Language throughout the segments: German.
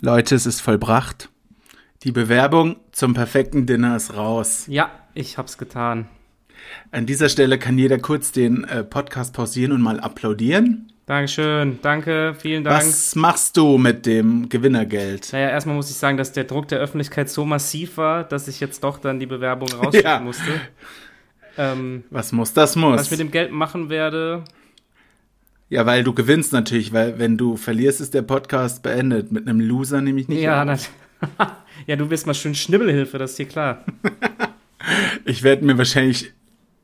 Leute, es ist vollbracht. Die Bewerbung zum perfekten Dinner ist raus. Ja, ich hab's getan. An dieser Stelle kann jeder kurz den äh, Podcast pausieren und mal applaudieren. Dankeschön, danke, vielen Dank. Was machst du mit dem Gewinnergeld? Naja, erstmal muss ich sagen, dass der Druck der Öffentlichkeit so massiv war, dass ich jetzt doch dann die Bewerbung rausschicken Ja. musste. Ähm, Was muss, das muss. was ich mit dem Geld machen werde, ja, weil du gewinnst natürlich, weil wenn du verlierst, ist der Podcast beendet. Mit einem Loser nämlich nicht. ja, auf. na, ja, du wirst mal schön Schnibbelhilfe, das ist dir klar. Ich werde mir wahrscheinlich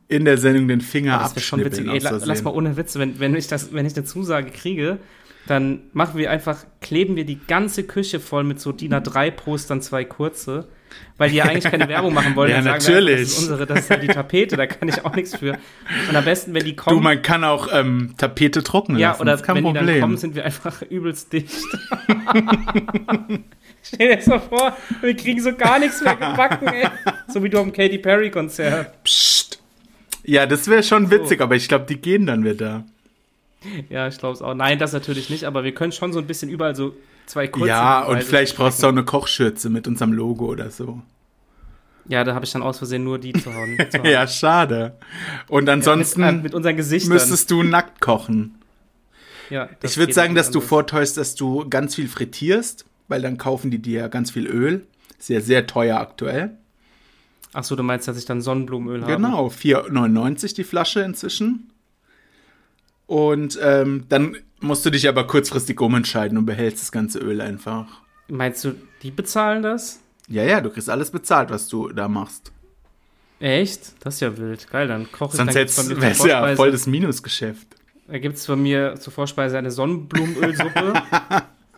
in der Sendung den Finger Das wäre schon witzig. abschnippeln. Ey, aus la, lass Versehen. mal ohne Witze, wenn, wenn, ich das, wenn ich eine Zusage kriege, dann machen wir einfach, kleben wir die ganze Küche voll mit so DIN A3-Postern, zwei kurze, weil die ja eigentlich keine Werbung machen wollen. Ja, Dann natürlich. Wir, das ist unsere, das ist ja die Tapete, da kann ich auch nichts für. Und am besten, wenn die Du, kommen, man kann auch ähm, Tapete trocknen ja, lassen. oder das ist kein wenn die dann Problem. kommen, sind wir einfach übelst dicht. Stell dir das mal vor, wir kriegen so gar nichts mehr gebacken, ey. So wie du am Katy Perry-Konzert. Psst. Ja, das wäre schon witzig, aber ich glaube, die gehen dann wieder. Ja, ich glaube es auch. Nein, das natürlich nicht, aber wir können schon so ein bisschen überall so zwei kurze. ja, und Weise- vielleicht brauchst du auch eine Kochschürze mit unserem Logo oder so. Ja, da habe ich dann aus Versehen nur die zu hauen. Zu hauen. Ja, schade. Und ansonsten Mit, äh, mit unseren Gesichtern. müsstest du nackt kochen. ja, das ich würde geht sagen, nicht dass du anders. vortäuschst, dass du ganz viel frittierst, weil dann kaufen die dir ja ganz viel Öl. Ist ja sehr teuer aktuell. Ach so, du meinst, dass ich dann Sonnenblumenöl habe? Genau, 4,99 die Flasche inzwischen. Und ähm, dann musst du dich aber kurzfristig umentscheiden und behältst das ganze Öl einfach. Meinst du, die bezahlen das? Ja, ja, du kriegst alles bezahlt, was du da machst. Echt? Das ist ja wild. Geil, dann koche ich Sonst dann gibt's bei mir zur wäre es ja Vorspeise- voll das Minusgeschäft. Da gibt es von mir zur Vorspeise eine Sonnenblumenölsuppe.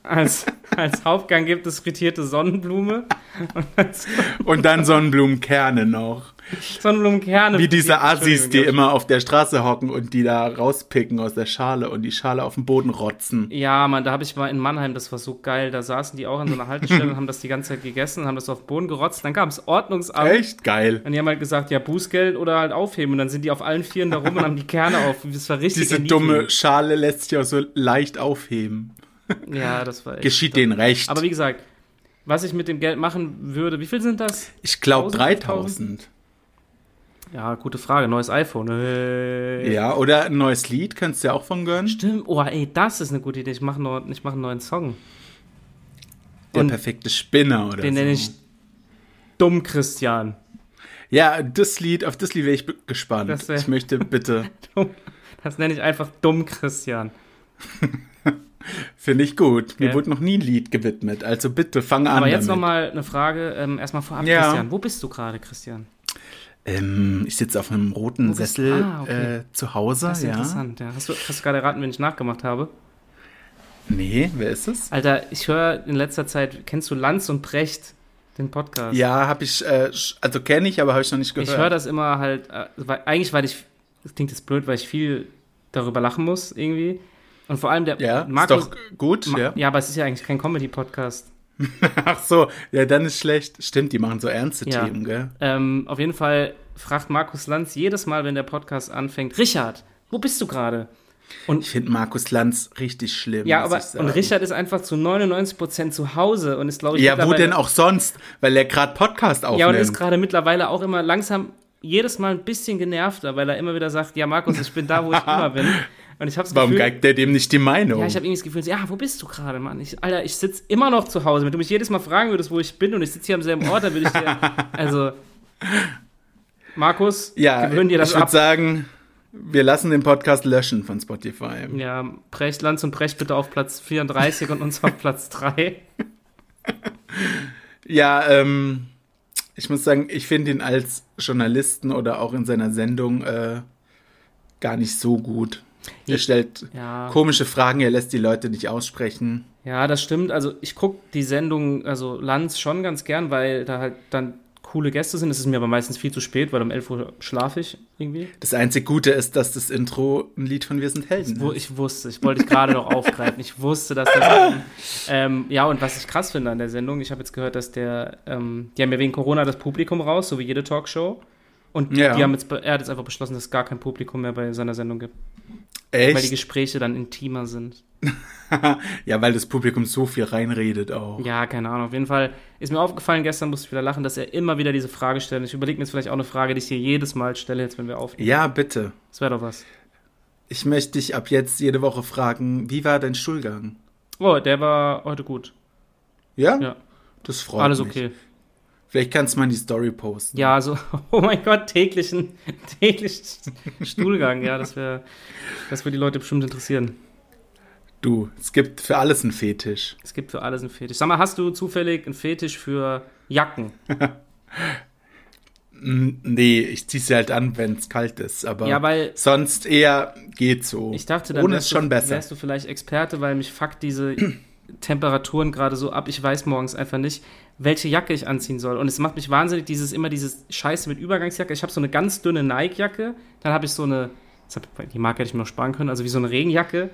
als, als Hauptgang gibt es frittierte Sonnenblume. Und als Und dann Sonnenblumenkerne noch. Sonnenblumenkerne. Wie diese frittiert. Assis, die Entschuldigung, immer auf der Straße hocken und die da rauspicken aus der Schale und die Schale auf den Boden rotzen. Ja, Mann, da habe ich mal in Mannheim, das war so geil. Da saßen die auch an so einer Haltestelle und haben das die ganze Zeit gegessen, haben das auf den Boden gerotzt. Dann gab es Ordnungsamt. Echt geil. Und die haben halt gesagt, ja, Bußgeld oder halt aufheben. Und dann sind die auf allen Vieren da rum und haben die Kerne auf. Das war richtig. Diese erniedrigend. dumme Schale lässt sich auch so leicht aufheben. Ja, das war echt. Geschieht denen recht. Aber wie gesagt, was ich mit dem Geld machen würde, wie viel sind das? ich glaube 1000, 3000. Ja, gute Frage. Neues iPhone. Äh, Hey. Ja, oder ein neues Lied kannst du ja auch von gönnen. Stimmt. Oh, ey, das ist eine gute Idee. Ich mache noch, ich mach einen neuen Song. Der Und perfekte Spinner oder Den so. nenne ich Dumm Christian. ja, das Lied, auf das Lied wäre ich be- gespannt. Das wär- ich möchte bitte. Das nenne ich einfach Dumm Christian. Finde ich gut. Mir Gell? wurde noch nie ein Lied gewidmet. Also bitte fang an. Aber damit. jetzt nochmal eine Frage. Ähm, erstmal vorab, Ja. Ah, Christian. Wo bist du gerade, Christian? Ähm, ich sitze auf einem roten bist- Sessel Mhm. Ah, okay. äh, zu Hause. Das ist ja. interessant. Ja. Hast, du, hast du gerade erraten, wenn ich nachgemacht habe? Nee, wer ist es? Alter, ich höre in letzter Zeit, kennst du Lanz und Brecht, den Podcast? Ja, habe ich, äh, sch- also kenne ich, aber habe ich noch nicht gehört. Ich höre das immer halt, äh, weil, eigentlich weil ich, das klingt jetzt blöd, weil ich viel darüber lachen muss irgendwie. Und vor allem der Ja, Markus. ist doch gut. Ma- ja. ja, aber es ist ja eigentlich kein Comedy-Podcast. Ach so, ja, dann ist schlecht. Stimmt, die machen so ernste Ja. Themen, gell? Ähm, auf jeden Fall fragt Markus Lanz jedes Mal, wenn der Podcast anfängt, Richard, wo bist du gerade? Ich finde Markus Lanz richtig schlimm. Ja, muss aber ich sagen. und Richard ist einfach zu 99% zu Hause und ist, glaube ich, Ja, wo mittlerweile- denn ne? auch sonst? Weil er gerade Podcast aufnimmt. Ja, und ist gerade mittlerweile auch immer langsam jedes Mal ein bisschen genervter, weil er immer wieder sagt, ja, Markus, ich bin da, wo ich immer bin. Und ich habe das Warum Gefühl, geigt der dem nicht die Meinung? Ja, ich habe irgendwie das Gefühl, so, ja, wo bist du gerade, Mann? Ich, Alter, ich sitze immer noch zu Hause. Wenn du mich jedes Mal fragen würdest, wo ich bin und ich sitze hier am selben Ort, dann würde ich dir. Also. Markus, ja gewöhn dir das ich würde ab. sagen, wir lassen den Podcast löschen von Spotify. ja, Precht, Lanz und Precht bitte auf Platz 34 und uns auf Platz 3. Ja, ähm, ich muss sagen, ich finde ihn als Journalisten oder auch in seiner Sendung äh, gar nicht so gut. Er Ja. stellt Ja. komische Fragen, er lässt die Leute nicht aussprechen. Ja, das stimmt. Also ich gucke die Sendung, also Lanz schon ganz gern, weil da halt dann coole Gäste sind. Es ist mir aber meistens viel zu spät, weil um 11 Uhr schlafe ich irgendwie. Das einzig Gute ist, dass das Intro ein Lied von Wir sind Helden Wo ist. ich wusste, ich wollte dich gerade noch aufgreifen. Ich wusste, dass das. Ähm, ja, und was ich krass finde an der Sendung, ich habe jetzt gehört, dass der. Ähm, die haben ja wegen Corona das Publikum raus, so wie jede Talkshow. Und Ja. die haben jetzt, be- er hat jetzt einfach beschlossen, dass es gar kein Publikum mehr bei seiner Sendung gibt. Weil die Echt? Gespräche dann intimer sind. ja, weil das Publikum so viel reinredet auch. Ja, keine Ahnung. Auf jeden Fall ist mir aufgefallen, gestern musste ich wieder lachen, dass er immer wieder diese Frage stellt. Ich überlege mir jetzt vielleicht auch eine Frage, die ich hier jedes Mal stelle, jetzt wenn wir aufnehmen. Ja, bitte. Das wäre doch was. Ich möchte dich ab jetzt jede Woche fragen, wie war dein Stuhlgang? Oh, der war heute gut. Ja? Ja. Das freut Alles mich. okay. Vielleicht kannst du mal in die Story posten. Ja, also, oh mein Gott, täglichen, täglichen Stuhlgang. Ja, das wäre, das würde die Leute bestimmt interessieren. Du, es gibt für alles einen Fetisch. Es gibt für alles einen Fetisch. Sag mal, hast du zufällig einen Fetisch für Jacken? Hm, Nee, ich zieh's halt an, wenn es kalt ist. Aber Ja, weil- sonst eher geht so. Ich dachte, dann Ohne wärst, ist schon du, besser. wärst du vielleicht Experte, weil mich fuckt diese Temperaturen gerade so ab. Ich weiß morgens einfach nicht, welche Jacke ich anziehen soll. Und es macht mich wahnsinnig, dieses immer dieses Scheiße mit Übergangsjacke. Ich habe so eine ganz dünne Nike-Jacke, dann habe ich so eine, das hab- die Marke hätte ich mir noch sparen können, also wie so eine Regenjacke.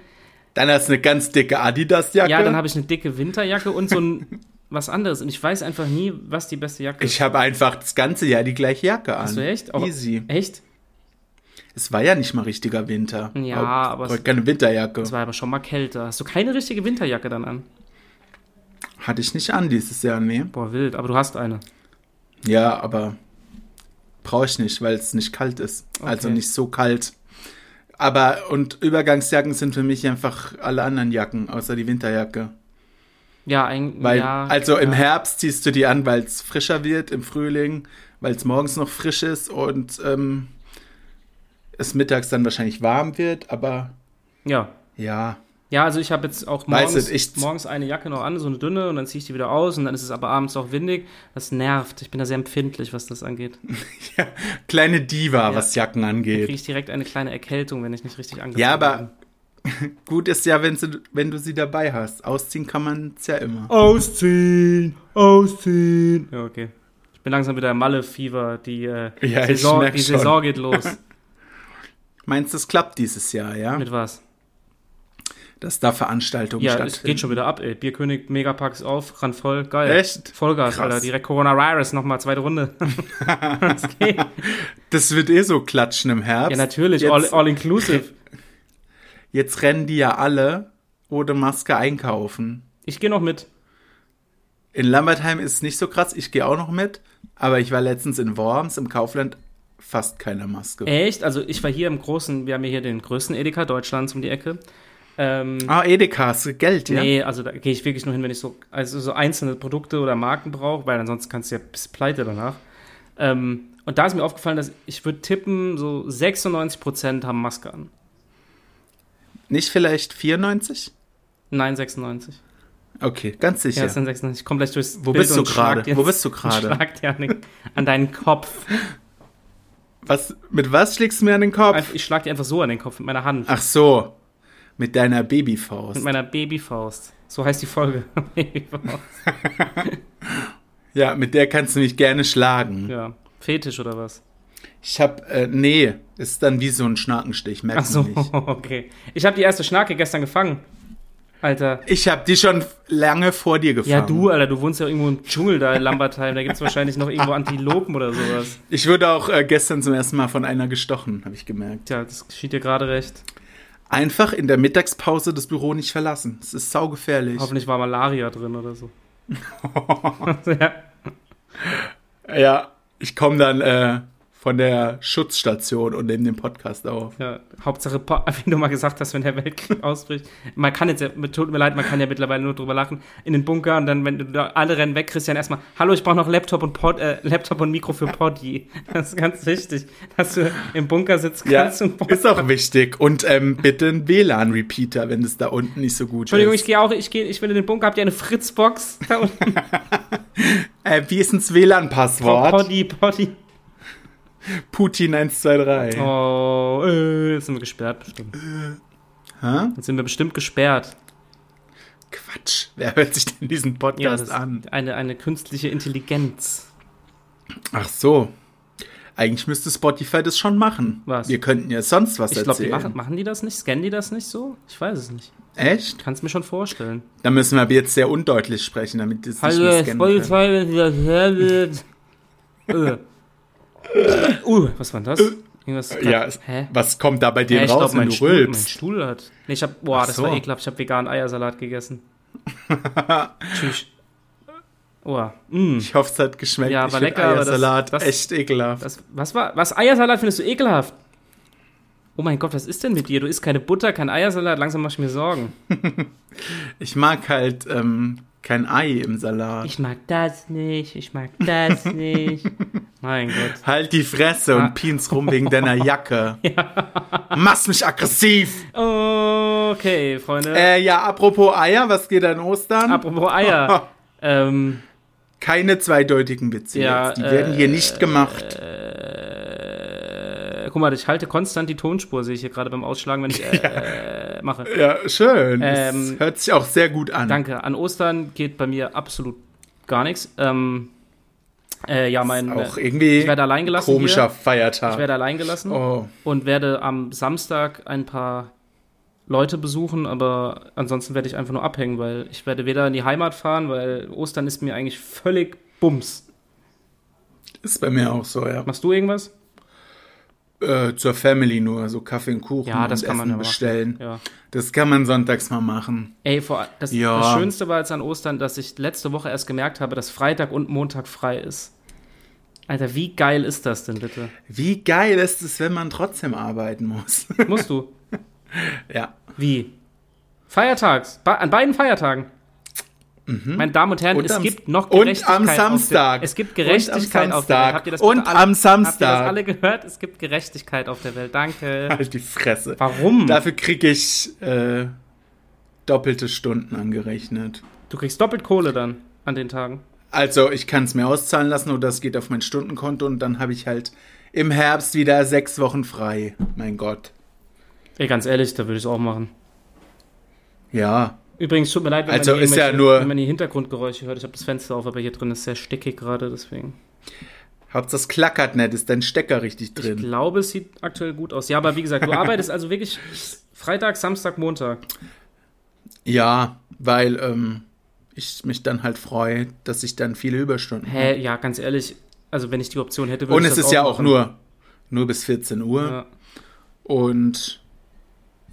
Dann hast du eine ganz dicke Adidas-Jacke. Ja, dann habe ich eine dicke Winterjacke und so ein was anderes. Und ich weiß einfach nie, was die beste Jacke ist. ich habe einfach das ganze Jahr die gleiche Jacke an. Hast du echt? Auch- Easy. Echt? Es war ja nicht mal richtiger Winter. Ja, aber es es- war keine Winterjacke. Das war aber schon mal kälter. Hast du keine richtige Winterjacke dann an? Hatte ich nicht an dieses Jahr, nee. Boah, wild, aber du hast eine. Ja, aber brauche ich nicht, weil es nicht kalt ist. Also Okay. nicht so kalt. Aber und Übergangsjacken sind für mich einfach alle anderen Jacken, außer die Winterjacke. Ja, eigentlich. Weil, ja, also im ja. Herbst ziehst du die an, weil es frischer wird, im Frühling, weil es morgens noch frisch ist und ähm, es mittags dann wahrscheinlich warm wird, aber Ja. ja. Ja, also ich habe jetzt auch Weiß morgens, nicht, ich- morgens eine Jacke noch an, so eine dünne, und dann ziehe ich die wieder aus und dann ist es aber abends auch windig. Das nervt. Ich bin da sehr empfindlich, was das angeht. Dann ja kleine Diva, Ja. was Jacken kriege angeht. ich direkt eine kleine Erkältung, wenn ich nicht richtig angezogen Ja, aber bin. Gut ist ja, wenn, sie, wenn du sie dabei hast. Ausziehen kann man es ja immer. Oh. Ausziehen, ausziehen. Ja, okay. Ich bin langsam wieder im Malle-Fieber. Die, äh, Ja, ich Saison, merk die schon. Saison geht los. Meinst du, es klappt dieses Jahr, ja? Mit was? Dass da Veranstaltungen Ja, es stattfinden. geht schon wieder ab, ey. Bierkönig, Megapack ist auf, ran voll, geil. Echt? Vollgas, Krass. Alter. Direkt Coronavirus, nochmal zweite Runde. das geht. Das wird eh so klatschen im Herbst. Ja, natürlich, all, Jetzt, all inclusive. jetzt rennen die ja alle ohne Maske einkaufen. Ich gehe noch mit. In Lambertheim ist es nicht so krass, ich gehe auch noch mit, aber ich war letztens in Worms im Kaufland fast keine Maske. Echt? Also ich war hier im großen, wir haben ja hier den größten Edeka Deutschlands um die Ecke. Ähm, Ah, Edeka, hast du Geld, ja? Nee, also da gehe ich wirklich nur hin, wenn ich so, also so einzelne Produkte oder Marken brauche, weil ansonsten kannst du ja bis pleite danach. Ähm, und da ist mir aufgefallen, dass ich würde tippen, so 96% haben Maske an. Nicht vielleicht 94? Nein, 96. Okay, ganz Ja, sicher. es sind 96. Ich komme gleich durchs Wo Bild bist du und schlag gerade? dir- Wo bist du und gerade? Schlag dir an, den, an deinen Kopf. was, mit was schlägst du mir an den Kopf? Einfach- Ich schlag dir einfach so an den Kopf mit meiner Hand, Ach so, mit deiner mit Babyfaust. meiner Babyfaust. So heißt die Folge. Babyfaust. ja, mit der kannst du mich gerne schlagen. Ja. Fetisch oder was? Ich hab, äh, nee, ist dann wie so ein Schnakenstich, Ach merkt so, man nicht. okay. Ich habe die erste Schnarke gestern gefangen. Alter. Ich hab die schon lange vor dir gefangen. Ja, du, Alter, du wohnst ja irgendwo im Dschungel da in Lambertheim. Da gibt's wahrscheinlich noch irgendwo Antilopen oder sowas. Ich wurde auch äh, gestern zum ersten Mal von einer gestochen, habe ich gemerkt. Tja, das geschieht dir gerade recht. Einfach in der Mittagspause das Büro nicht verlassen. Es ist saugefährlich. Hoffentlich war Malaria drin oder so. ja. Ja, ich komme dann äh, von der Schutzstation und nehme den Podcast auf. Ja, Hauptsache, Po- wie du mal gesagt hast, wenn der Weltkrieg ausbricht. Man kann jetzt, ja, mir tut mir leid, man kann ja mittlerweile nur drüber lachen, in den Bunker und dann, wenn du da alle rennen weg, Christian, erstmal, hallo, ich brauche noch Laptop und Pod, äh, Laptop und Mikro für Poddy. Das ist ganz wichtig, dass du im Bunker sitzt, Ja, kannst du ist auch wichtig. Und ähm, bitte ein WLAN-Repeater, wenn es da unten nicht so gut Entschuldigung, ich ist. gehe auch, ich gehe, ich will in den Bunker, habt ihr eine Fritzbox da unten? Äh, wie ist denn das WLAN-Passwort? Poddy, Poddy. Putin 123. Oh, äh, jetzt sind wir gesperrt bestimmt. Hä? Jetzt sind wir bestimmt gesperrt. Quatsch. Wer hört sich denn diesen Podcast an? Eine, eine künstliche Intelligenz. Ach so. Eigentlich müsste Spotify das schon machen. Was? Wir könnten ja sonst was Ich glaube, erzählen. die machen, machen die das nicht? Scannen die das nicht so? Ich weiß es nicht. Echt? Ich kann es mir schon vorstellen. Da müssen wir aber jetzt sehr undeutlich sprechen, damit das nicht mehr scannen können. wenn ihr das hört. Äh. Uh, was war denn das? Irgendwas ist Ja, grad- es- hä? was kommt da bei dir Hä, ich raus, glaub, wenn mein du Stuhl, mein rülpst? Stuhl hat. Nee, ich hab, boah, Ach das so. war ekelhaft. Ich habe veganen Eiersalat gegessen. Tschüss. Boah, mm. Ich hoffe, es hat geschmeckt. Ja, ich war find lecker, aber das- Eiersalat das- echt ekelhaft. Das, was war? Was? Eiersalat findest du ekelhaft? Oh mein Gott, was ist denn mit dir? Du isst keine Butter, kein Eiersalat. Langsam mach ich mir Sorgen. Ich mag halt ähm, kein Ei im Salat. Ich mag das nicht. Ich mag das nicht. mein Gott. halt die Fresse Ah. und piens rum wegen deiner Jacke. Machst mich aggressiv. Okay, Freunde. Äh, ja, apropos Eier, was geht an Ostern? Apropos Eier. ähm, Keine zweideutigen Witze Ja, jetzt. Die werden hier nicht gemacht. äh, guck mal, ich halte konstant die Tonspur, sehe ich hier gerade beim Ausschlagen, wenn ich äh, äh, mache. Ja, schön. Das ähm, hört sich auch sehr gut an. Danke. An Ostern geht bei mir absolut gar nichts. Ähm, äh, ja, mein. Auch äh, irgendwie ich werde allein gelassen. komischer Hier. Ich Feiertag. werde allein gelassen Oh. und werde am Samstag ein paar Leute besuchen, aber ansonsten werde ich einfach nur abhängen, weil ich werde weder in die Heimat fahren, weil Ostern ist mir eigentlich völlig Bums. Ist bei mir auch so, ja. Machst du irgendwas? Äh, zur Family nur, so Kaffee und Kuchen Ja, das und kann man Essen ja machen. bestellen. Ja. Das kann man sonntags mal machen. Ey, vor, das, Ja. das Schönste war jetzt an Ostern, dass ich letzte Woche erst gemerkt habe, dass Freitag und Montag frei ist. Alter, wie geil ist das denn bitte? Wie geil ist es, wenn man trotzdem arbeiten muss? Musst du? ja. Wie? Feiertags. Ba an beiden Feiertagen. Meine Damen und Herren, Mhm. Und es am- gibt noch und am Gerechtigkeit. Auf Samstag. der, es gibt Und am Gerechtigkeit auf der Welt. Samstag. Habt ihr das Und bitte alle, am Habt ihr das Samstag. alle gehört? Es gibt Gerechtigkeit auf der Welt. Danke. Halt die Fresse. Warum? Dafür kriege ich äh, doppelte Stunden angerechnet. Du kriegst doppelt Kohle dann an den Tagen. Also, ich kann es mir auszahlen lassen oder es geht auf mein Stundenkonto und dann habe ich halt im Herbst wieder sechs Wochen frei. Mein Gott. Ey, ganz ehrlich, da würde ich es auch machen. Ja. Übrigens, tut mir leid, wenn, Also man, hier ist ja irgendwelche- nur- wenn man die Hintergrundgeräusche hört. Ich habe das Fenster auf, aber hier drin ist sehr stickig gerade, deswegen. Hauptsache es klackert nicht, ist dein Stecker richtig Ich drin. glaube, es sieht aktuell gut aus. Ja, aber wie gesagt, du arbeitest also wirklich Freitag, Samstag, Montag. Ja, weil ähm, ich mich dann halt freue, dass ich dann viele Überstunden Hä, ja, ganz ehrlich, also wenn ich die Option hätte, würde Und ich es das ist ja auch machen. nur, nur bis 14 Uhr. Ja. Und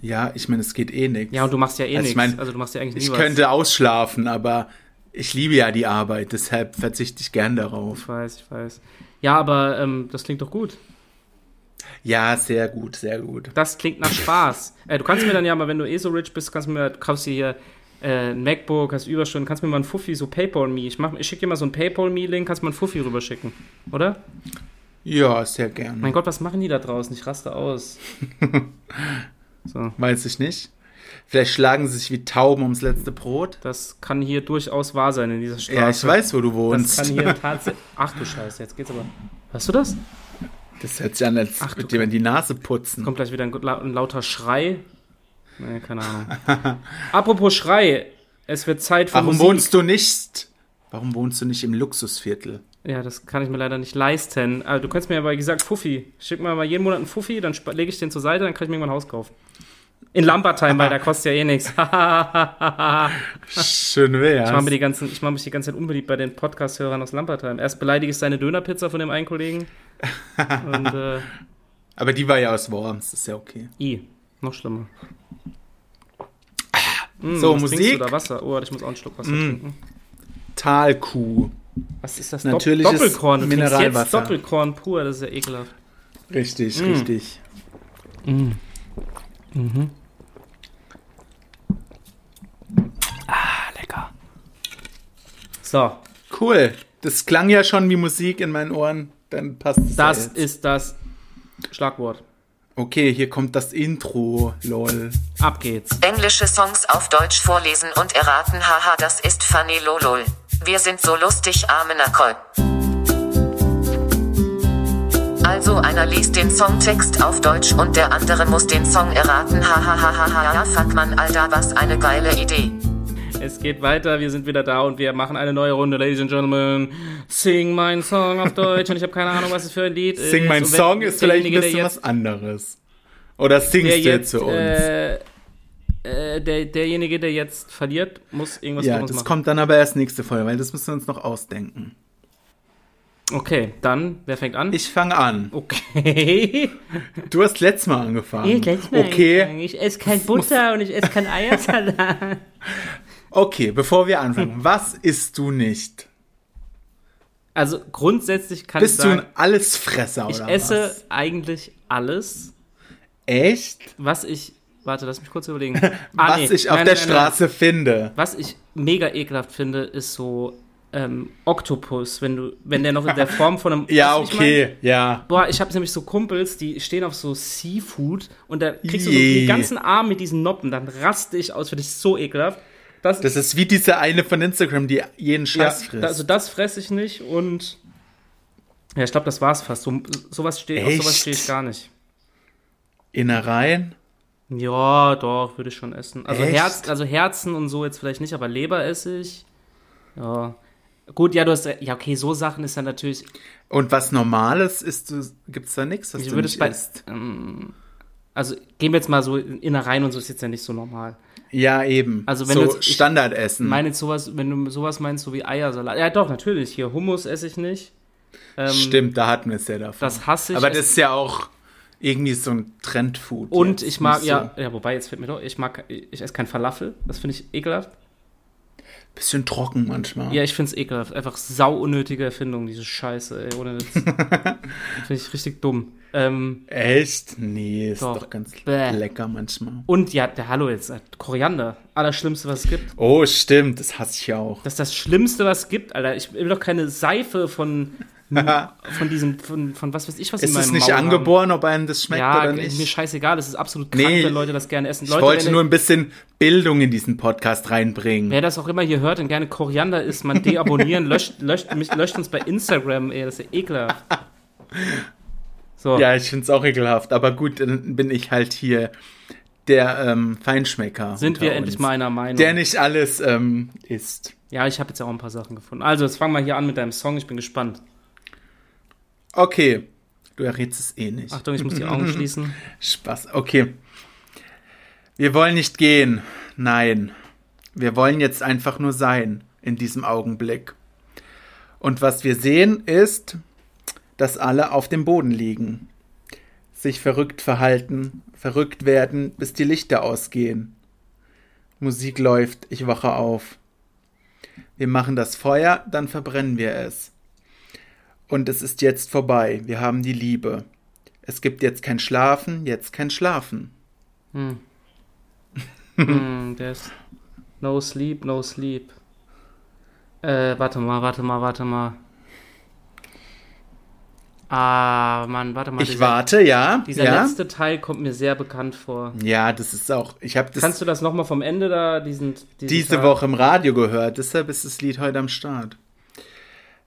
ja, ich meine, es geht eh nichts. ja, und du machst ja eh Also ich nichts. mein, also du machst ja eigentlich nie ich was. könnte ausschlafen, aber ich liebe ja die Arbeit, deshalb verzichte ich gern darauf. Ich weiß, ich weiß. Ja, aber ähm, das klingt doch gut. Ja, sehr gut, sehr gut. Das klingt nach Spaß. äh, du kannst mir dann ja mal, wenn du eh so rich bist, kannst du mir, kaufst dir hier äh, ein MacBook, hast Überstunden, kannst mir mal ein Fuffi, so Paypal-Me. Ich, mach- ich schicke dir mal so ein Paypal-Me-Link, kannst mal ein Fuffi rüberschicken, oder? Hm. Ja, sehr gern. Mein Gott, was machen die da draußen? Ich raste aus. so, Weiß ich nicht. Vielleicht schlagen sie sich wie Tauben ums letzte Brot. das kann hier durchaus wahr sein in dieser Straße. Ja, ich weiß, wo du Das wohnst. kann hier tatsächlich. Ach du Scheiße, jetzt geht's aber. Hörst du das? Das hört sich an, als Ach, du- würde jemand die Nase putzen. Kommt gleich wieder ein, gut- la- ein lauter Schrei. Nee, keine Ahnung. Apropos Schrei. Es wird Zeit für Warum Musik. wohnst du nicht? Warum wohnst du nicht im Luxusviertel? Ja, das kann ich mir leider nicht leisten. Aber du kannst mir aber, wie gesagt, Fuffi. Schick mir mal jeden Monat einen Fuffi, dann spa- lege ich den zur Seite, dann kann ich mir irgendwann ein Haus kaufen. In Lambertheim, weil da kostet ja eh nichts. Schön Ich mache mir wär's. die ganzen, ich mache mich die ganze Zeit unbeliebt bei den Podcast-Hörern aus Lampertheim. Erst beleidige ich seine Dönerpizza von dem einen Kollegen. Und äh, Aber die war ja aus Worms, ist ja okay. i, noch schlimmer. Mm, So, was trinkst Musik. Du da Wasser. Oh, ich muss auch einen Schluck Wasser trinken. Talkuh. Was ist das? Natürliches Doppelkorn. Du trinkst Jetzt Mineralwasser. Doppelkorn pur, das ist ja ekelhaft. Richtig, Hm. richtig. Ah, lecker. So, Cool. Das klang ja schon wie Musik in meinen Ohren. Dann passt es ja das jetzt. ist das Schlagwort. Okay, hier kommt das Intro. Lol. Ab geht's. Englische Songs auf Deutsch vorlesen und erraten. Haha, das ist funny lolol. Wir sind so lustig, arme Nacol. Also einer liest den Songtext auf Deutsch und der andere muss den Song erraten. Hahaha, fuck man, Alter, was eine geile Idee. Es geht weiter, wir sind wieder da und wir machen eine neue Runde, Ladies and Gentlemen. Sing mein Song auf Deutsch und ich habe keine Ahnung, was es für ein Lied ist. Sing mein Und Äh, wenn Song ist vielleicht ein derjenige, der bisschen jetzt- was anderes. Oder singst der du jetzt jetzt, für uns? äh, äh, der, derjenige, der jetzt verliert, muss irgendwas ja, für uns das machen. kommt dann aber erst nächste Folge, weil das müssen wir uns noch ausdenken. Okay, dann, wer fängt an? Ich fange an. Okay. Du hast letztes Mal angefangen. angefangen. okay, Ich esse kein Butter und ich esse kein Eiersalat. okay, bevor wir Hm. anfangen, was isst du nicht? Also grundsätzlich kann Bist ich du sagen, ein Allesfresser ich oder esse was? eigentlich alles, Echt? was ich. Warte, lass mich kurz überlegen. Ah, Was nee. ich auf Nein, der nein, nein, nein. Straße finde. Was ich mega ekelhaft finde, ist so ähm, Oktopus, wenn du, wenn der noch in der Form von einem. Ja, Weißt du, was ich okay, ja. Boah, ich habe nämlich so Kumpels, die stehen auf so Seafood und da kriegst du so Ih. den ganzen Arm mit diesen Noppen, dann raste ich aus, finde ich so ekelhaft. Das, Das ist wie diese eine von Instagram, die jeden Scheiß das, frisst. also das fresse ich nicht und ja, ich glaube, das war's fast. So, sowas steht, auf sowas Echt? stehe ich gar nicht. Innereien? Ja, doch, würde ich schon essen. Also, Echt? Herz, also Herzen und so jetzt vielleicht nicht, aber Leber esse ich. Ja. Gut, ja, du hast. Ja, okay, so Sachen ist dann natürlich. Und was Normales ist, gibt es da nichts, was Ich du würde nicht es bei- isst? Also gehen wir jetzt mal so in Innereien und so ist jetzt ja nicht so normal. Ja, eben. Also wenn so du jetzt- ich- Standardessen. meine jetzt sowas, wenn du sowas meinst, so wie Eiersalat. Ja, doch, natürlich. Hier Hummus esse ich nicht. Ähm, Stimmt, da hatten wir es ja davon. Das hasse ich. Aber Es- das ist ja auch irgendwie so ein Trendfood. und jetzt, ich mag, nicht ja, So. ja, wobei, jetzt fällt mir doch, ich mag, ich esse kein Falafel. Das finde ich ekelhaft. Bisschen trocken manchmal. Ja, ich finde es ekelhaft. Einfach sau unnötige Erfindung, diese Scheiße, ey, ohne Witz. finde ich richtig dumm. Ähm, Echt? Nee, ist doch, Doch. ganz Bäh. lecker manchmal. und ja, der Hallo jetzt, äh, Koriander. Allerschlimmste, was es gibt. Oh, stimmt, das hasse ich ja auch. Das ist das Schlimmste, was es gibt, Alter. Ich will doch keine Seife von, von diesem, von, von was weiß ich, was in ist meinem es nicht Maul haben. angeboren, ob einem das schmeckt Ja, oder ist nicht? mir scheißegal, es ist absolut Nee, krank, wenn Leute das gerne essen. ich Leute, wollte wenn nur ihr, ein bisschen Bildung in diesen Podcast reinbringen. wer das auch immer hier hört und gerne Koriander isst, man deabonnieren, löscht, löscht, mich, löscht uns bei Instagram, ey, das ist ja ekelhaft. So, Ja, ich finde es auch ekelhaft. Aber gut, dann bin ich halt hier der ähm, Feinschmecker. sind unter wir endlich uns, mal einer Meinung. Der nicht alles ähm, isst. Ja, ich habe jetzt auch ein paar Sachen gefunden. Also, jetzt fangen wir hier an mit deinem Song, ich bin gespannt. Okay, du errätst es eh nicht. Achtung, ich muss die Augen schließen. Spaß. Okay. Wir wollen nicht gehen. Nein. Wir wollen jetzt einfach nur sein in diesem Augenblick. Und was wir sehen ist, dass alle auf dem Boden liegen, sich verrückt verhalten, verrückt werden, bis die Lichter ausgehen. Musik läuft, ich wache auf. Wir machen das Feuer, dann verbrennen wir es. Und es ist jetzt vorbei, wir haben die Liebe. Es gibt jetzt kein Schlafen, jetzt kein Schlafen. Hm, der ist No Sleep, No Sleep. Äh, warte mal, warte mal, warte mal. Ah, Mann, warte mal. Ich dieser- warte, ja. Dieser ja. letzte Teil kommt mir sehr bekannt vor. ja, das ist auch. Ich habe das Kannst du das nochmal vom Ende da, diesen, diesen diese Teil- Woche im Radio gehört, deshalb ist das Lied heute am Start.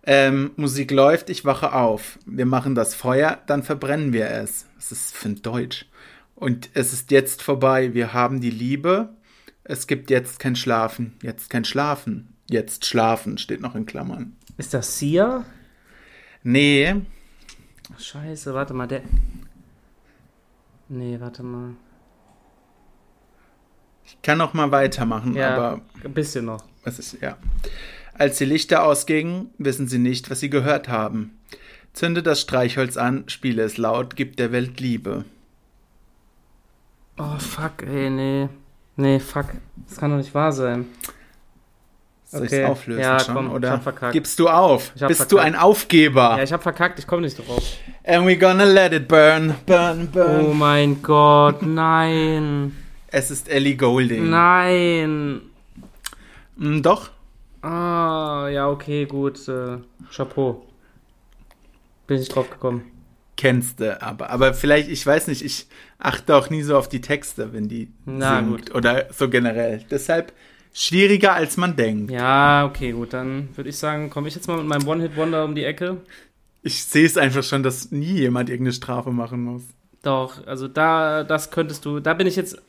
Ähm, Musik läuft, ich wache auf. Wir machen das Feuer, dann verbrennen wir es. Das ist für ein Deutsch. Und es ist jetzt vorbei. Wir haben die Liebe. Es gibt jetzt kein Schlafen, jetzt kein Schlafen. Jetzt schlafen, steht noch in Klammern. Ist das Sia? Nee, Ach, Scheiße, warte mal, der. Nee, warte mal. ich kann noch mal weitermachen, Ja, aber ein bisschen noch. Es ist, ja. Als die Lichter ausgingen, wissen sie nicht, was sie gehört haben. Zünde das Streichholz an, spiele es laut, gib der Welt Liebe. Oh, fuck, ey, nee. Nee, fuck. Das kann doch nicht wahr sein. Soll ich Okay. es auflösen Ja, schon? komm, ich oder hab verkackt. gibst du auf? Ich hab Bist du verkackt. ein Aufgeber? Ja, ich hab verkackt, ich komme nicht drauf. And we gonna let it burn, burn, burn. Oh mein Gott, nein. Es ist Ellie Golding. Nein. Hm, doch? Ah, ja, okay, gut. Äh, Chapeau. Bin ich drauf gekommen. Kennst du, aber, aber vielleicht, ich weiß nicht, ich achte auch nie so auf die Texte, wenn die Na, singt oder so generell. Deshalb schwieriger, als man denkt. Ja, okay, gut. Dann würde ich sagen, komme ich jetzt mal mit meinem One-Hit-Wonder um die Ecke. Ich sehe es einfach schon, dass nie jemand irgendeine Strafe machen muss. Doch, also da, das könntest du, da bin ich jetzt,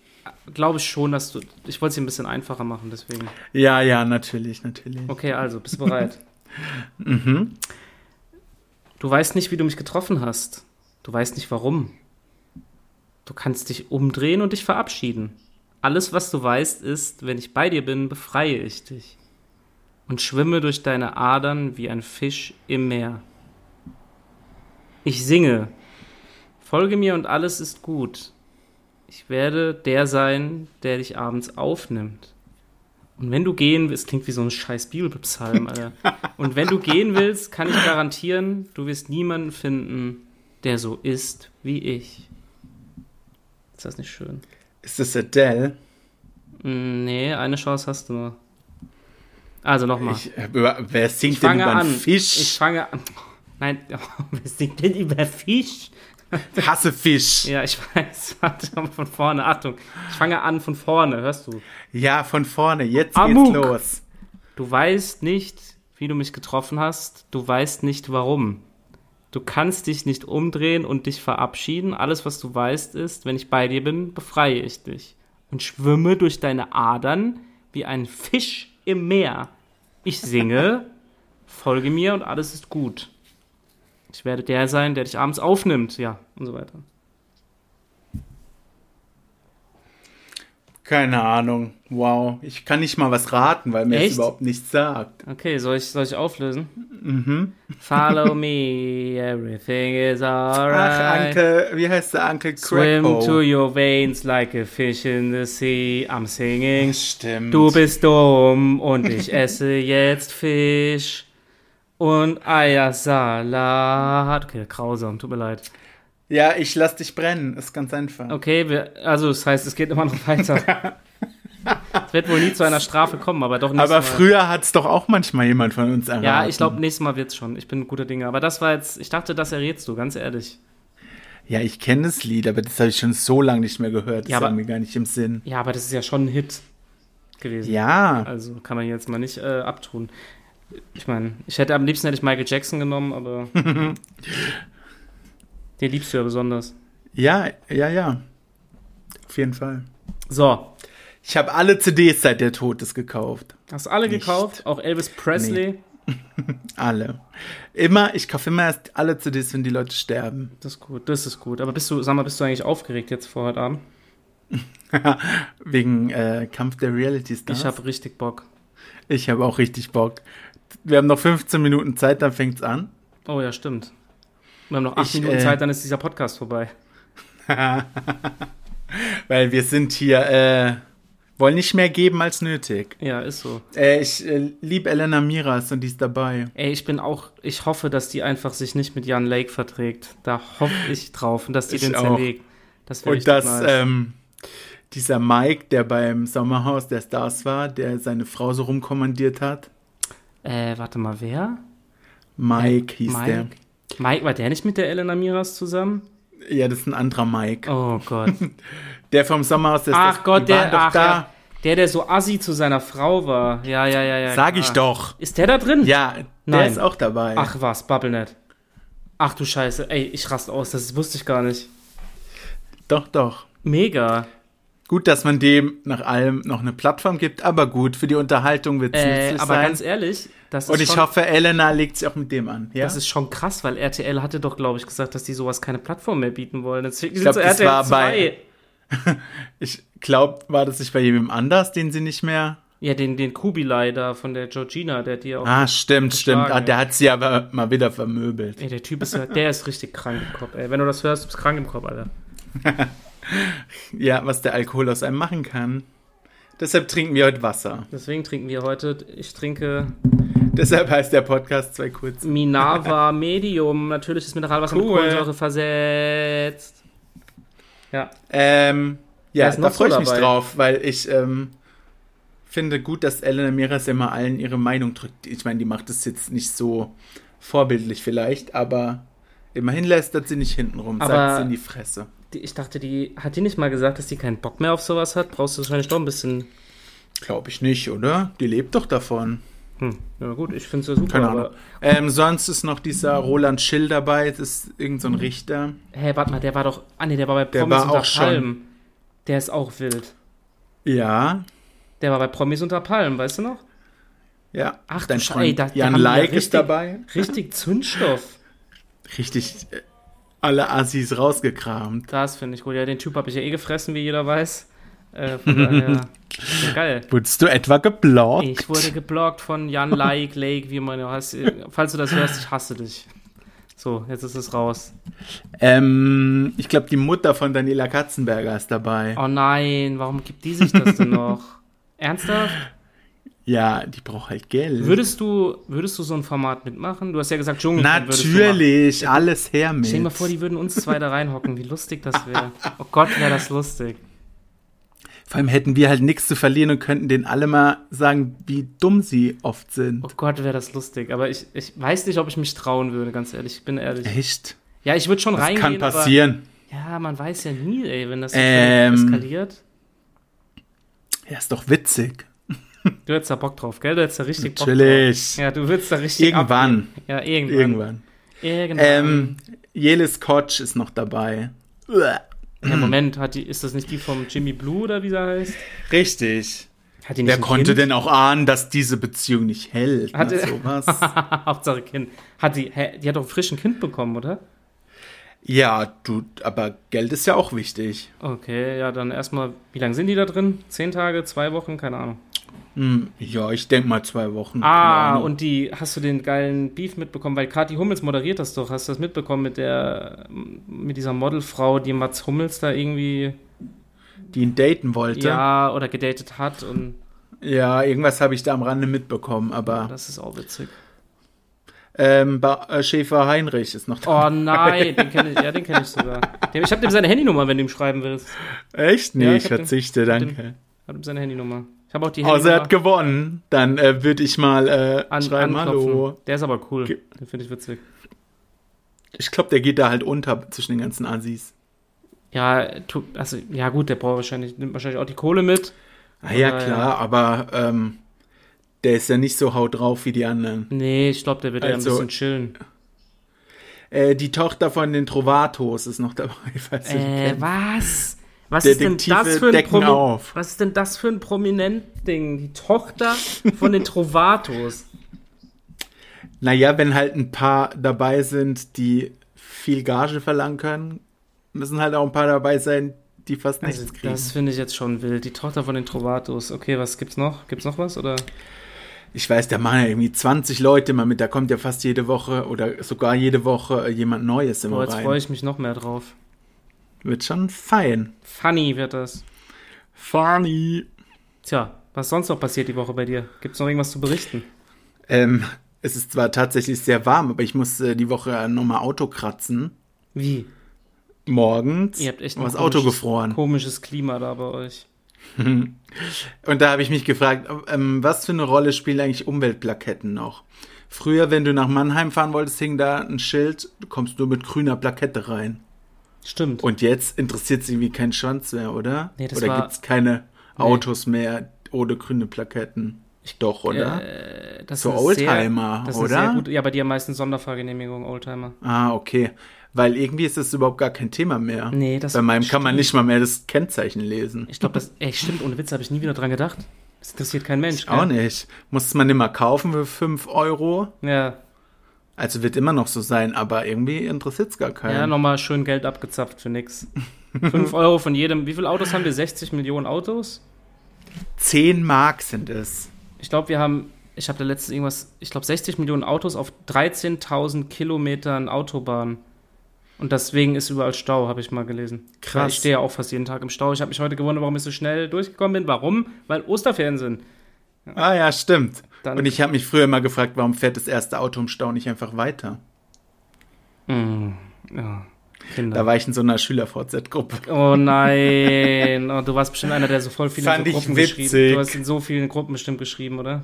glaube ich schon, dass du, ich wollte es dir ein bisschen einfacher machen, deswegen. Ja, ja, natürlich, natürlich. Okay, also, bist du bereit? Du weißt nicht, wie du mich getroffen hast. Du weißt nicht, warum. Du kannst dich umdrehen und dich verabschieden. Alles, was du weißt, ist, wenn ich bei dir bin, befreie ich dich. Und schwimme durch deine Adern wie ein Fisch im Meer. Ich singe. Folge mir und alles ist gut. Ich werde der sein, der dich abends aufnimmt. Und wenn du gehen willst, klingt wie so ein scheiß Bibelpsalm, Alter. Und wenn du gehen willst, kann ich garantieren, du wirst niemanden finden, der so ist wie ich. Ist das nicht schön? Ist das Adele? Mm, Nee, eine Chance hast du noch. Also nochmal. Ich, äh, über- wer singt Ich denn fange über einen an. Ich Fisch? fange an. Nein, wir singt denn über Fisch? Hasse Fisch. Ja. Ja, ich weiß. Warte mal von vorne. Achtung. Ich fange an von vorne, hörst du? von vorne. Jetzt Amok. geht's los. Du weißt nicht, wie du mich getroffen hast. Du weißt nicht, warum. Du kannst dich nicht umdrehen und dich verabschieden. Alles, was du weißt, ist, wenn ich bei dir bin, befreie ich dich und schwimme durch deine Adern wie ein Fisch im Meer. Ich singe, folge mir und alles ist gut. Ich werde der sein, der dich abends aufnimmt, ja, und so weiter. Keine Ahnung. Wow. Ich kann nicht mal was raten, weil mir Echt? das überhaupt nichts sagt. Okay, soll ich, soll ich auflösen? Follow me, everything is alright. Ach, Uncle, wie heißt der Oh, Uncle Swim to Crackpo? your veins like a fish in the sea. I'm singing. Stimmt. Du bist dumm und ich esse jetzt Fisch und Eiersalat. Okay, grausam, tut mir leid. ja, ich lass dich brennen. Ist ganz einfach. Okay, wir, also das heißt, es geht immer noch weiter. es wird wohl nie zu einer Strafe kommen, aber doch nicht. Aber mal. früher hat's doch auch manchmal jemand von uns erraten. Ja, ich glaube, nächstes Mal wird's schon. Ich bin guter Dinge. Aber das war jetzt, ich dachte, das errätst du, ganz ehrlich. Ja, ich kenne das Lied, aber das habe ich schon so lange nicht mehr gehört. Das Ja, war aber- mir gar nicht im Sinn. Ja, aber das ist ja schon ein Hit gewesen. Ja, Also kann man jetzt mal nicht äh, abtun. Ich meine, ich hätte am liebsten hätte ich Michael Jackson genommen, aber den liebst du ja besonders. ja, ja, ja. Auf jeden Fall. So, Ich habe alle CDs seit der Tod ist gekauft. hast alle Nicht. gekauft, auch Elvis Presley. Alle. Immer, ich kaufe immer erst alle CDs, wenn die Leute sterben. Das ist gut, das ist gut. Aber bist du, sag mal, bist du eigentlich aufgeregt jetzt vor heute Abend? Wegen äh, Kampf der Reality Stars. Ich habe richtig Bock. ich hab auch richtig Bock. Wir haben noch 15 Minuten Zeit, dann fängt's an. Oh ja, stimmt. Wir haben noch acht Ich, Minuten äh, Zeit, dann ist dieser Podcast vorbei. Weil wir sind hier, äh, wollen nicht mehr geben als nötig. Ja, ist so. Äh, ich äh, lieb Elena Miras und die ist dabei. Ey, ich bin auch, ich hoffe, dass die einfach sich nicht mit Jan Lake verträgt. Da hoffe ich drauf und dass die Ich den auch. zerlegt. Das wäre Und richtig dass nice. ähm, dieser Mike, der beim Sommerhaus der Stars war, der seine Frau so rumkommandiert hat. Äh, warte mal, wer? Mike hieß Mike? Mike, war der nicht mit der Elena Miras zusammen? der. Ja, das ist ein anderer Mike. Oh Gott. Der vom Sommerhaus der Stars. ach Gott, die waren der, doch ach, da. ja. der, der so assi zu seiner Frau war. Ja, ja, ja, ja. Sag ich klar. doch. Ist der da drin? Ja, der Ah. Nein. ist auch dabei. Ach was, Bubblenet. Ach du Scheiße, ey, ich raste aus, das wusste ich gar nicht. Doch, doch. Mega. Gut, dass man dem nach allem noch eine Plattform gibt, aber gut, für die Unterhaltung wird es Äh, nützlich aber sein. ganz ehrlich, das ist Und ich schon, hoffe, Elena legt sich auch mit dem an. Ja? das ist schon krass, weil RTL hatte doch, glaube ich, gesagt, dass die sowas keine Plattform mehr bieten wollen. Jetzt ich glaub, das war bei- ich glaube, war das nicht bei jemandem anders, den sie nicht mehr. Ja, den, den Kubilai da von der Georgina, der hat die auch Ah, stimmt, stimmt. Ah, geschlagen, der hat sie aber mal wieder vermöbelt. Ey, der Typ ist ja, der ist richtig krank im Kopf, ey. Wenn du das hörst, du bist krank im Kopf, Alter. Ja, was der Alkohol aus einem machen kann. Deshalb trinken wir heute Wasser. Deswegen trinken wir heute, ich trinke Deshalb heißt der Podcast zwei kurz. Minerva Medium, natürliches Mineralwasser mit Cool. Kohlensäure versetzt. Ja, Ähm, Da ja, ist da, noch freue ich so mich dabei. drauf, weil ich ähm, finde gut, dass Elena Miras immer allen ihre Meinung drückt. Ich meine, die macht es jetzt nicht so vorbildlich vielleicht, aber immerhin lästert sie nicht hintenrum, Aber- sagt sie in die Fresse. die, ich dachte, die, hat die nicht mal gesagt, dass die keinen Bock mehr auf sowas hat? Brauchst du wahrscheinlich doch ein bisschen, Glaube ich nicht, oder? Die lebt doch davon. hm, ja gut, ich find's ja super, Keine aber, Ahnung. Ähm, sonst ist noch dieser Roland Schill dabei, das ist irgendein so ein Richter. hey, warte mal, der war doch, ah nee, der war bei Der Promis war unter auch schon. Palmen. Der ist auch wild. Ja, Der war bei Promis unter Palmen, weißt du noch? Ja. Ach, dein du Sche- Freund ey, da- da Jan haben wir Like richtig- ist dabei. Richtig Zündstoff. Richtig äh, alle Assis rausgekramt. Das finde ich gut. Ja, den Typ habe ich ja eh gefressen, wie jeder weiß. Äh, von daher, ja, geil. Wurdest du etwa geblockt? Ich wurde geblockt von Jan Like, Lake, wie man ja heißt. Falls du das hörst, ich hasse dich. So, jetzt ist es raus. Ähm, ich glaube, die Mutter von Daniela Katzenberger ist dabei. Oh nein, warum gibt die sich das denn noch? Ernsthaft? Ja, die braucht halt Geld. Würdest du, würdest du so ein Format mitmachen? Du hast ja gesagt, Dschungel. Natürlich, alles her mit. Stell dir mal vor, die würden uns zwei da reinhocken. Wie lustig das wäre. Oh Gott, wäre das lustig. Vor allem hätten wir halt nichts zu verlieren und könnten denen alle mal sagen, wie dumm sie oft sind. Oh Gott, wäre das lustig. Aber ich, ich weiß nicht, ob ich mich trauen würde, ganz ehrlich. Ich bin ehrlich. Echt? Ja, ich würde schon Das reingehen. kann passieren. Aber, ja, man weiß ja nie, ey, wenn das so Ähm. eskaliert. Ja, ist doch witzig. Du hättest da Bock drauf, gell? Du hättest da richtig Bock Natürlich. drauf. Ja, du würdest da richtig Irgendwann. abgehen. Ja, irgendwann. Irgendwann. Irgendwann. Ähm, Jelis Kotsch ist noch dabei. Uah. ja, Moment, hat die, ist das nicht die vom Jimmy Blue oder wie sie heißt? Richtig. Hat die nicht Wer ein konnte kind? denn auch ahnen, dass diese Beziehung nicht hält? Hat- Na, sowas. Hauptsache Kind. Hat die, hä, die hat doch ein frischen Kind bekommen, oder? ja, du, aber Geld ist ja auch wichtig. Okay, ja, dann erstmal, wie lange sind die da drin? Zehn Tage, zwei Wochen, keine Ahnung. Hm, ja, ich denke mal zwei Wochen. Keine Ah, Ahnung. und die, hast du den geilen Beef mitbekommen? Weil Kathi Hummels moderiert das doch. Hast du das mitbekommen mit der, mit dieser Modelfrau, die Mats Hummels da irgendwie, die ihn daten wollte. ja, oder gedatet hat und Ja, irgendwas habe ich da am Rande mitbekommen, aber das ist auch witzig. ähm, Ba- äh, Schäfer Heinrich ist noch Oh da. nein, den kenne ich, ja, den kenne ich sogar. Dem- Ich habe dem seine Handynummer, wenn du ihm schreiben willst. Echt? Nee, Ja, ich, ich hab den- verzichte, hab den- danke. Ich habe ihm seine Handynummer. Ich habe auch die Außer er Handynummer Oh, hat gewonnen, dann äh, würde ich mal äh, an, schreiben, anklopfen. hallo. Der ist aber cool. Ge- Den finde ich witzig. Ich glaube, der geht da halt unter zwischen den ganzen Assis. Ja, tu, also, ja gut, der braucht wahrscheinlich, nimmt wahrscheinlich auch die Kohle mit. Ah ja, Ah, ja. klar, aber ähm, der ist ja nicht so haut drauf wie die anderen. Nee, ich glaube, der wird eher ein Also- bisschen chillen. Äh, die Tochter von den Trovatos ist noch dabei, falls du die Äh, kennst. was? Was ist, denn Detektive das für ein decken Promi auf. was ist denn das für ein Prominent-Ding? Die Tochter von den Trovatos. Naja, wenn halt ein paar dabei sind, die viel Gage verlangen können, müssen halt auch ein paar dabei sein, die fast nichts Also, kriegen. das finde ich jetzt schon wild. Die Tochter von den Trovatos. Okay, was gibt's noch? Gibt's noch was? Oder? Ich weiß, da machen ja irgendwie 20 Leute mal mit, da kommt ja fast jede Woche oder sogar jede Woche jemand Neues immer Boah, Oh, jetzt freue rein. ich mich noch mehr drauf. Wird schon fein. Funny wird das. Funny. Tja, was sonst noch passiert die Woche bei dir? Gibt's noch irgendwas zu berichten? Ähm, es ist zwar tatsächlich sehr warm, aber ich muss äh, die Woche nochmal Auto kratzen. Wie? Morgens. Ihr habt echt war ein das Auto komisches- gefroren. Komisches Klima da bei euch. Und da habe ich mich gefragt, ähm, was für eine Rolle spielen eigentlich Umweltplaketten noch? Früher, wenn du nach Mannheim fahren wolltest, hing da ein Schild, du kommst nur mit grüner Plakette rein. Stimmt. Und jetzt interessiert sie irgendwie kein Schwanz mehr, oder? Nee, das oder war- gibt es keine Autos mehr ohne grüne Plaketten? Ich doch, oder? Äh, das So ist eine sehr- Oldtimer, das ist oder? eine Sehr gut, ja, bei dir am meisten Sonderfahrgenehmigung, Oldtimer. Ah, okay. Weil irgendwie ist das überhaupt gar kein Thema mehr. Nee, das Bei meinem kann stimmt. man nicht mal mehr das Kennzeichen lesen. Ich glaube, das, ey, stimmt, ohne Witz, habe ich nie wieder dran gedacht. Das interessiert kein Mensch. Auch gell? nicht. Muss man immer kaufen für 5 Euro. Ja, Also wird immer noch so sein, aber irgendwie interessiert es gar keinen. ja nochmal schön Geld abgezapft für nix. 5 Euro von jedem. Wie viele Autos haben wir? 60 Millionen Autos? 10 Mark sind es. Ich glaube, wir haben, ich habe da letztens irgendwas, ich glaube 60 Millionen Autos auf 13.000 Kilometern Autobahn. Und deswegen ist überall Stau, habe ich mal gelesen. Krass. Weil Ich stehe ja auch fast jeden Tag im Stau. Ich habe mich heute gewundert, warum ich so schnell durchgekommen bin. Warum? Weil Osterferien sind. Ah ja, stimmt. Dann- Und ich habe mich früher immer gefragt, warum fährt das erste Auto im Stau nicht einfach weiter? Ja, Mhm. Da Kinder. war ich in so einer Schüler-VZ-Gruppe. Oh nein. Oh, du warst bestimmt einer, der so voll viele Fand so ich Gruppen witzig. geschrieben Du hast in so vielen Gruppen bestimmt geschrieben, oder?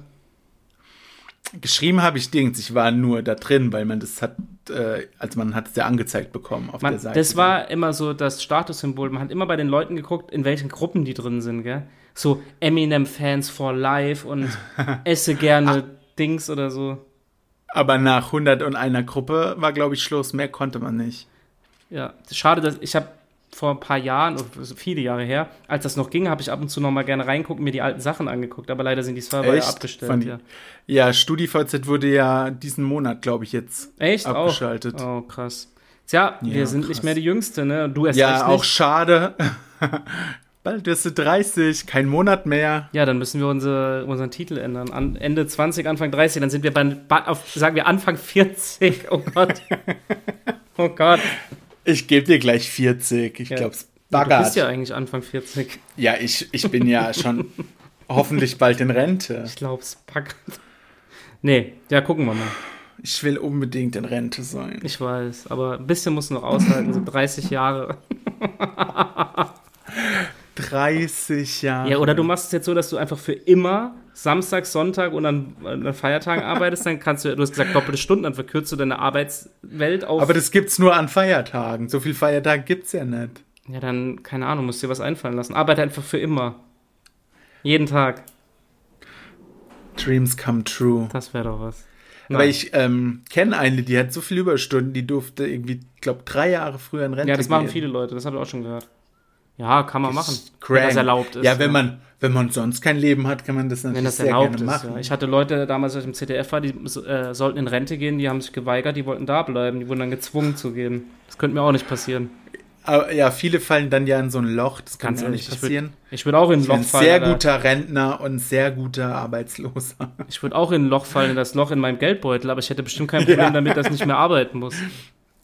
Geschrieben habe ich Dings, ich war nur da drin, weil man das hat, äh, also man hat es ja angezeigt bekommen auf Man, der Seite. das war immer so das Statussymbol. Man hat immer bei den Leuten geguckt, in welchen Gruppen die drin sind, gell? So Eminem-Fans for Life und esse Ah. gerne Dings oder so. Aber nach 101 Gruppe war, glaube ich, Schluss, mehr konnte man nicht. Ja, schade, dass ich habe vor ein paar Jahren, oder so viele Jahre her, als das noch ging, habe ich ab und zu noch mal gerne reingucken, mir die alten Sachen angeguckt, aber leider sind die Server ja Echt? abgestellt. Fand ich- Ja. Ja, StudiVZ wurde ja diesen Monat, glaube ich, jetzt Echt? abgeschaltet. Auch? Oh, krass. Tja, Ja, wir sind krass. nicht mehr die Jüngste, ne? Du erst Ja, recht auch nicht. schade. Bald wirst du 30, kein Monat mehr. Ja, dann müssen wir unsere, unseren Titel ändern. An Ende 20, Anfang 30, dann sind wir bei, bei- auf, sagen wir Anfang 40. Oh Gott. Oh Gott. Ich gebe dir gleich 40. Ich Ja. glaube, es Du bist baggert. ja Ja, eigentlich Anfang 40. ich, ich bin ja schon hoffentlich bald in Rente. Ich glaube, es baggert. Nee, ja, gucken wir mal. Ich will unbedingt in Rente sein. Ich weiß, aber ein bisschen muss noch aushalten, so 30 Jahre. 30 Jahre. Ja, oder du machst es jetzt so, dass du einfach für immer Samstag, Sonntag und an, an Feiertagen arbeitest, dann kannst du, du hast gesagt, doppelte Stunden, dann verkürzt du deine Arbeitswelt auf. Aber das gibt's nur an Feiertagen. So viel Feiertage gibt's ja nicht. ja, dann, keine Ahnung, musst dir was einfallen lassen. Arbeite einfach für immer. Jeden Tag. Dreams come true. Das wäre doch was. Aber Nein. ich ähm, kenne eine, die hat so viele Überstunden, die durfte irgendwie, glaube drei Jahre früher in Rente Ja, das machen gehen. viele Leute, das habe ich auch schon gehört. Ja, kann man machen, Crank. wenn das erlaubt ist. ne? Ja, wenn man, wenn man sonst kein Leben hat, kann man das natürlich Wenn das sehr erlaubt gerne ist. machen. Ja. Ich hatte Leute damals, als ich im ZDF war, die äh, sollten in Rente gehen, die haben sich geweigert, die wollten da bleiben, die wurden dann gezwungen zu gehen. Das könnte mir auch nicht passieren. Aber ja, viele fallen dann ja in so ein Loch. Das kann Ganz ja ehrlich, nicht ich würde passieren. ich würd auch in ein Ich bin Loch ein fallen. sehr Alter. guter Rentner und sehr guter Arbeitsloser. Ich würde auch in ein Loch fallen, in das Loch in meinem Geldbeutel, aber ich hätte bestimmt kein Problem Ja. damit, dass ich nicht mehr arbeiten muss.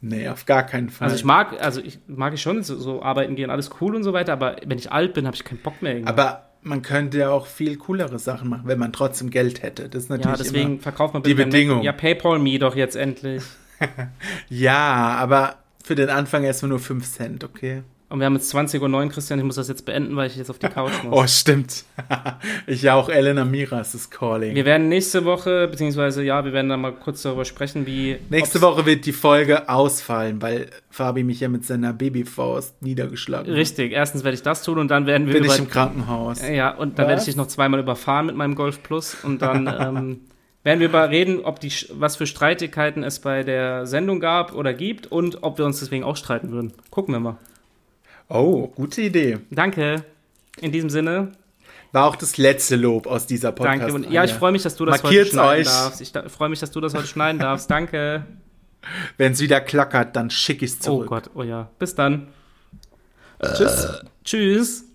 nee, auf gar keinen Fall. Also ich mag, also ich mag ich schon so, so arbeiten gehen, alles cool und so weiter, aber wenn ich alt bin, habe ich keinen Bock mehr. irgendwann. Aber man könnte ja auch viel coolere Sachen machen, wenn man trotzdem Geld hätte. Das ist natürlich ja, deswegen immer. verkauft man die bitte mein Bedingung. Mac. Ja, PayPal me doch jetzt endlich. Ja, aber für den Anfang erstmal nur 5 Cent, okay? Und wir haben jetzt 20.09 Uhr, Christian, ich muss das jetzt beenden, weil ich jetzt auf die Couch muss. Oh, stimmt. ich ja auch Elena Miras ist calling. Wir werden nächste Woche, beziehungsweise ja, wir werden da mal kurz darüber sprechen, wie. Nächste ob's- Woche wird die Folge ausfallen, weil Fabi mich ja mit seiner Babyfaust niedergeschlagen hat. Richtig, erstens werde ich das tun und dann werden wir Bin über. ich im Krankenhaus. ja, und dann Was? werde ich dich noch zweimal überfahren mit meinem Golf Plus und dann ähm, werden wir über reden, ob die Sch- was für Streitigkeiten es bei der Sendung gab oder gibt und ob wir uns deswegen auch streiten würden. Gucken wir mal. Oh, gute Idee. Danke. In diesem Sinne, War auch das letzte Lob aus dieser podcast danke. Und, ja, ich freue mich, dass du das Markiert's heute schneiden euch. darfst. Ich da, freue mich, dass du das heute schneiden darfst. Danke. Wenn es wieder klackert, dann schick ich es Oh zurück. Gott, oh ja. Bis dann. Tschüss. Tschüss.